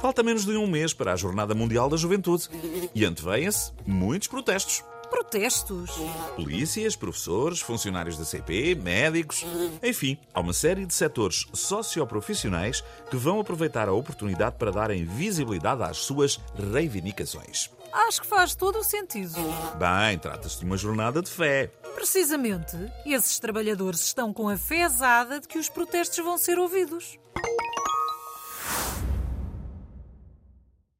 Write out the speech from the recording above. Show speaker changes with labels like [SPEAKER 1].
[SPEAKER 1] Falta menos de um mês para a Jornada Mundial da Juventude e antevêm-se muitos protestos.
[SPEAKER 2] Protestos.
[SPEAKER 1] Polícias, professores, funcionários da CP, médicos. Enfim, há uma série de setores socioprofissionais que vão aproveitar a oportunidade para darem visibilidade às suas reivindicações.
[SPEAKER 2] Acho que faz todo o sentido.
[SPEAKER 1] Bem, trata-se de uma jornada de fé.
[SPEAKER 2] Precisamente, esses trabalhadores estão com a fezada de que os protestos vão ser ouvidos.